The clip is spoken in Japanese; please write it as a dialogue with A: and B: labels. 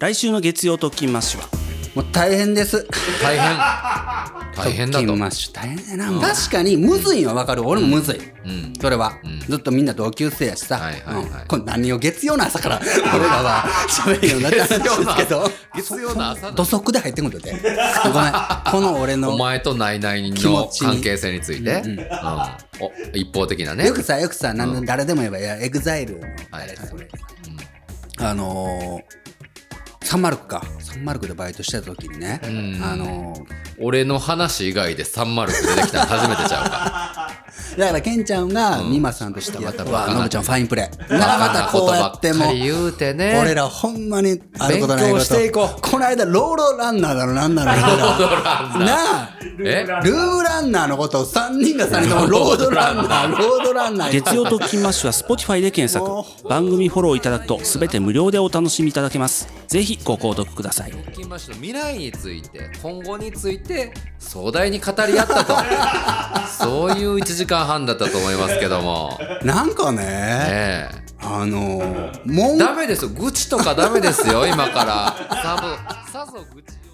A: 来週の月曜特勤マッシュはもう大変です
B: 大変大変
A: 特
B: だと
A: 勤マッシュ大変だな、確かにむずいのはわかる俺もむずい、
B: ん
A: それは、ずっとみんな同級生やしさ、
B: はいはいはい
A: うんこれ何を月曜の朝 から俺らは喋るようになって話ですけど
B: 月曜の朝の
A: 土足で入ってくるでごめんこの俺の
B: お前とナイナイ
A: 気持
B: の
A: ちに
B: 関係性について、うんお一方的なね
A: よくさよくさなんで誰でも言えばいやエグザイルの
B: はいは
A: 誰
B: い
A: それ、あのーサンマルクかサンマルクでバイトしてた時にね、
B: ん
A: あのー
B: 俺の話以外で306出てきたの初めてちゃうか
A: だからケンちゃんが美馬さんとしてやった
B: バカな
A: ノブちゃんファインプレーなら またこうやって
B: バカなことば
A: も
B: かり言うてね
A: 俺らほんまにあることないこ
B: 勉強
A: と
B: していこう
A: この間ロードランナーだろなんなのロードランナーなあ
B: え
A: ルームランナーのことを3人が3人ともロードランナーロードランナー
C: 月曜特勤マッシュは Spotify で検
A: も
C: 索番組フォローいただくと全て無料でお楽しみいただけますぜひご購読ください
B: 金マッシュの未来について今後について壮大に語り合ったとそういう1時間半だったと思いますけども、
A: なんかね
B: え
A: あのー
B: え、
A: 文句
B: ダメですよ愚痴とかダメですよ今からさぞさぞ愚痴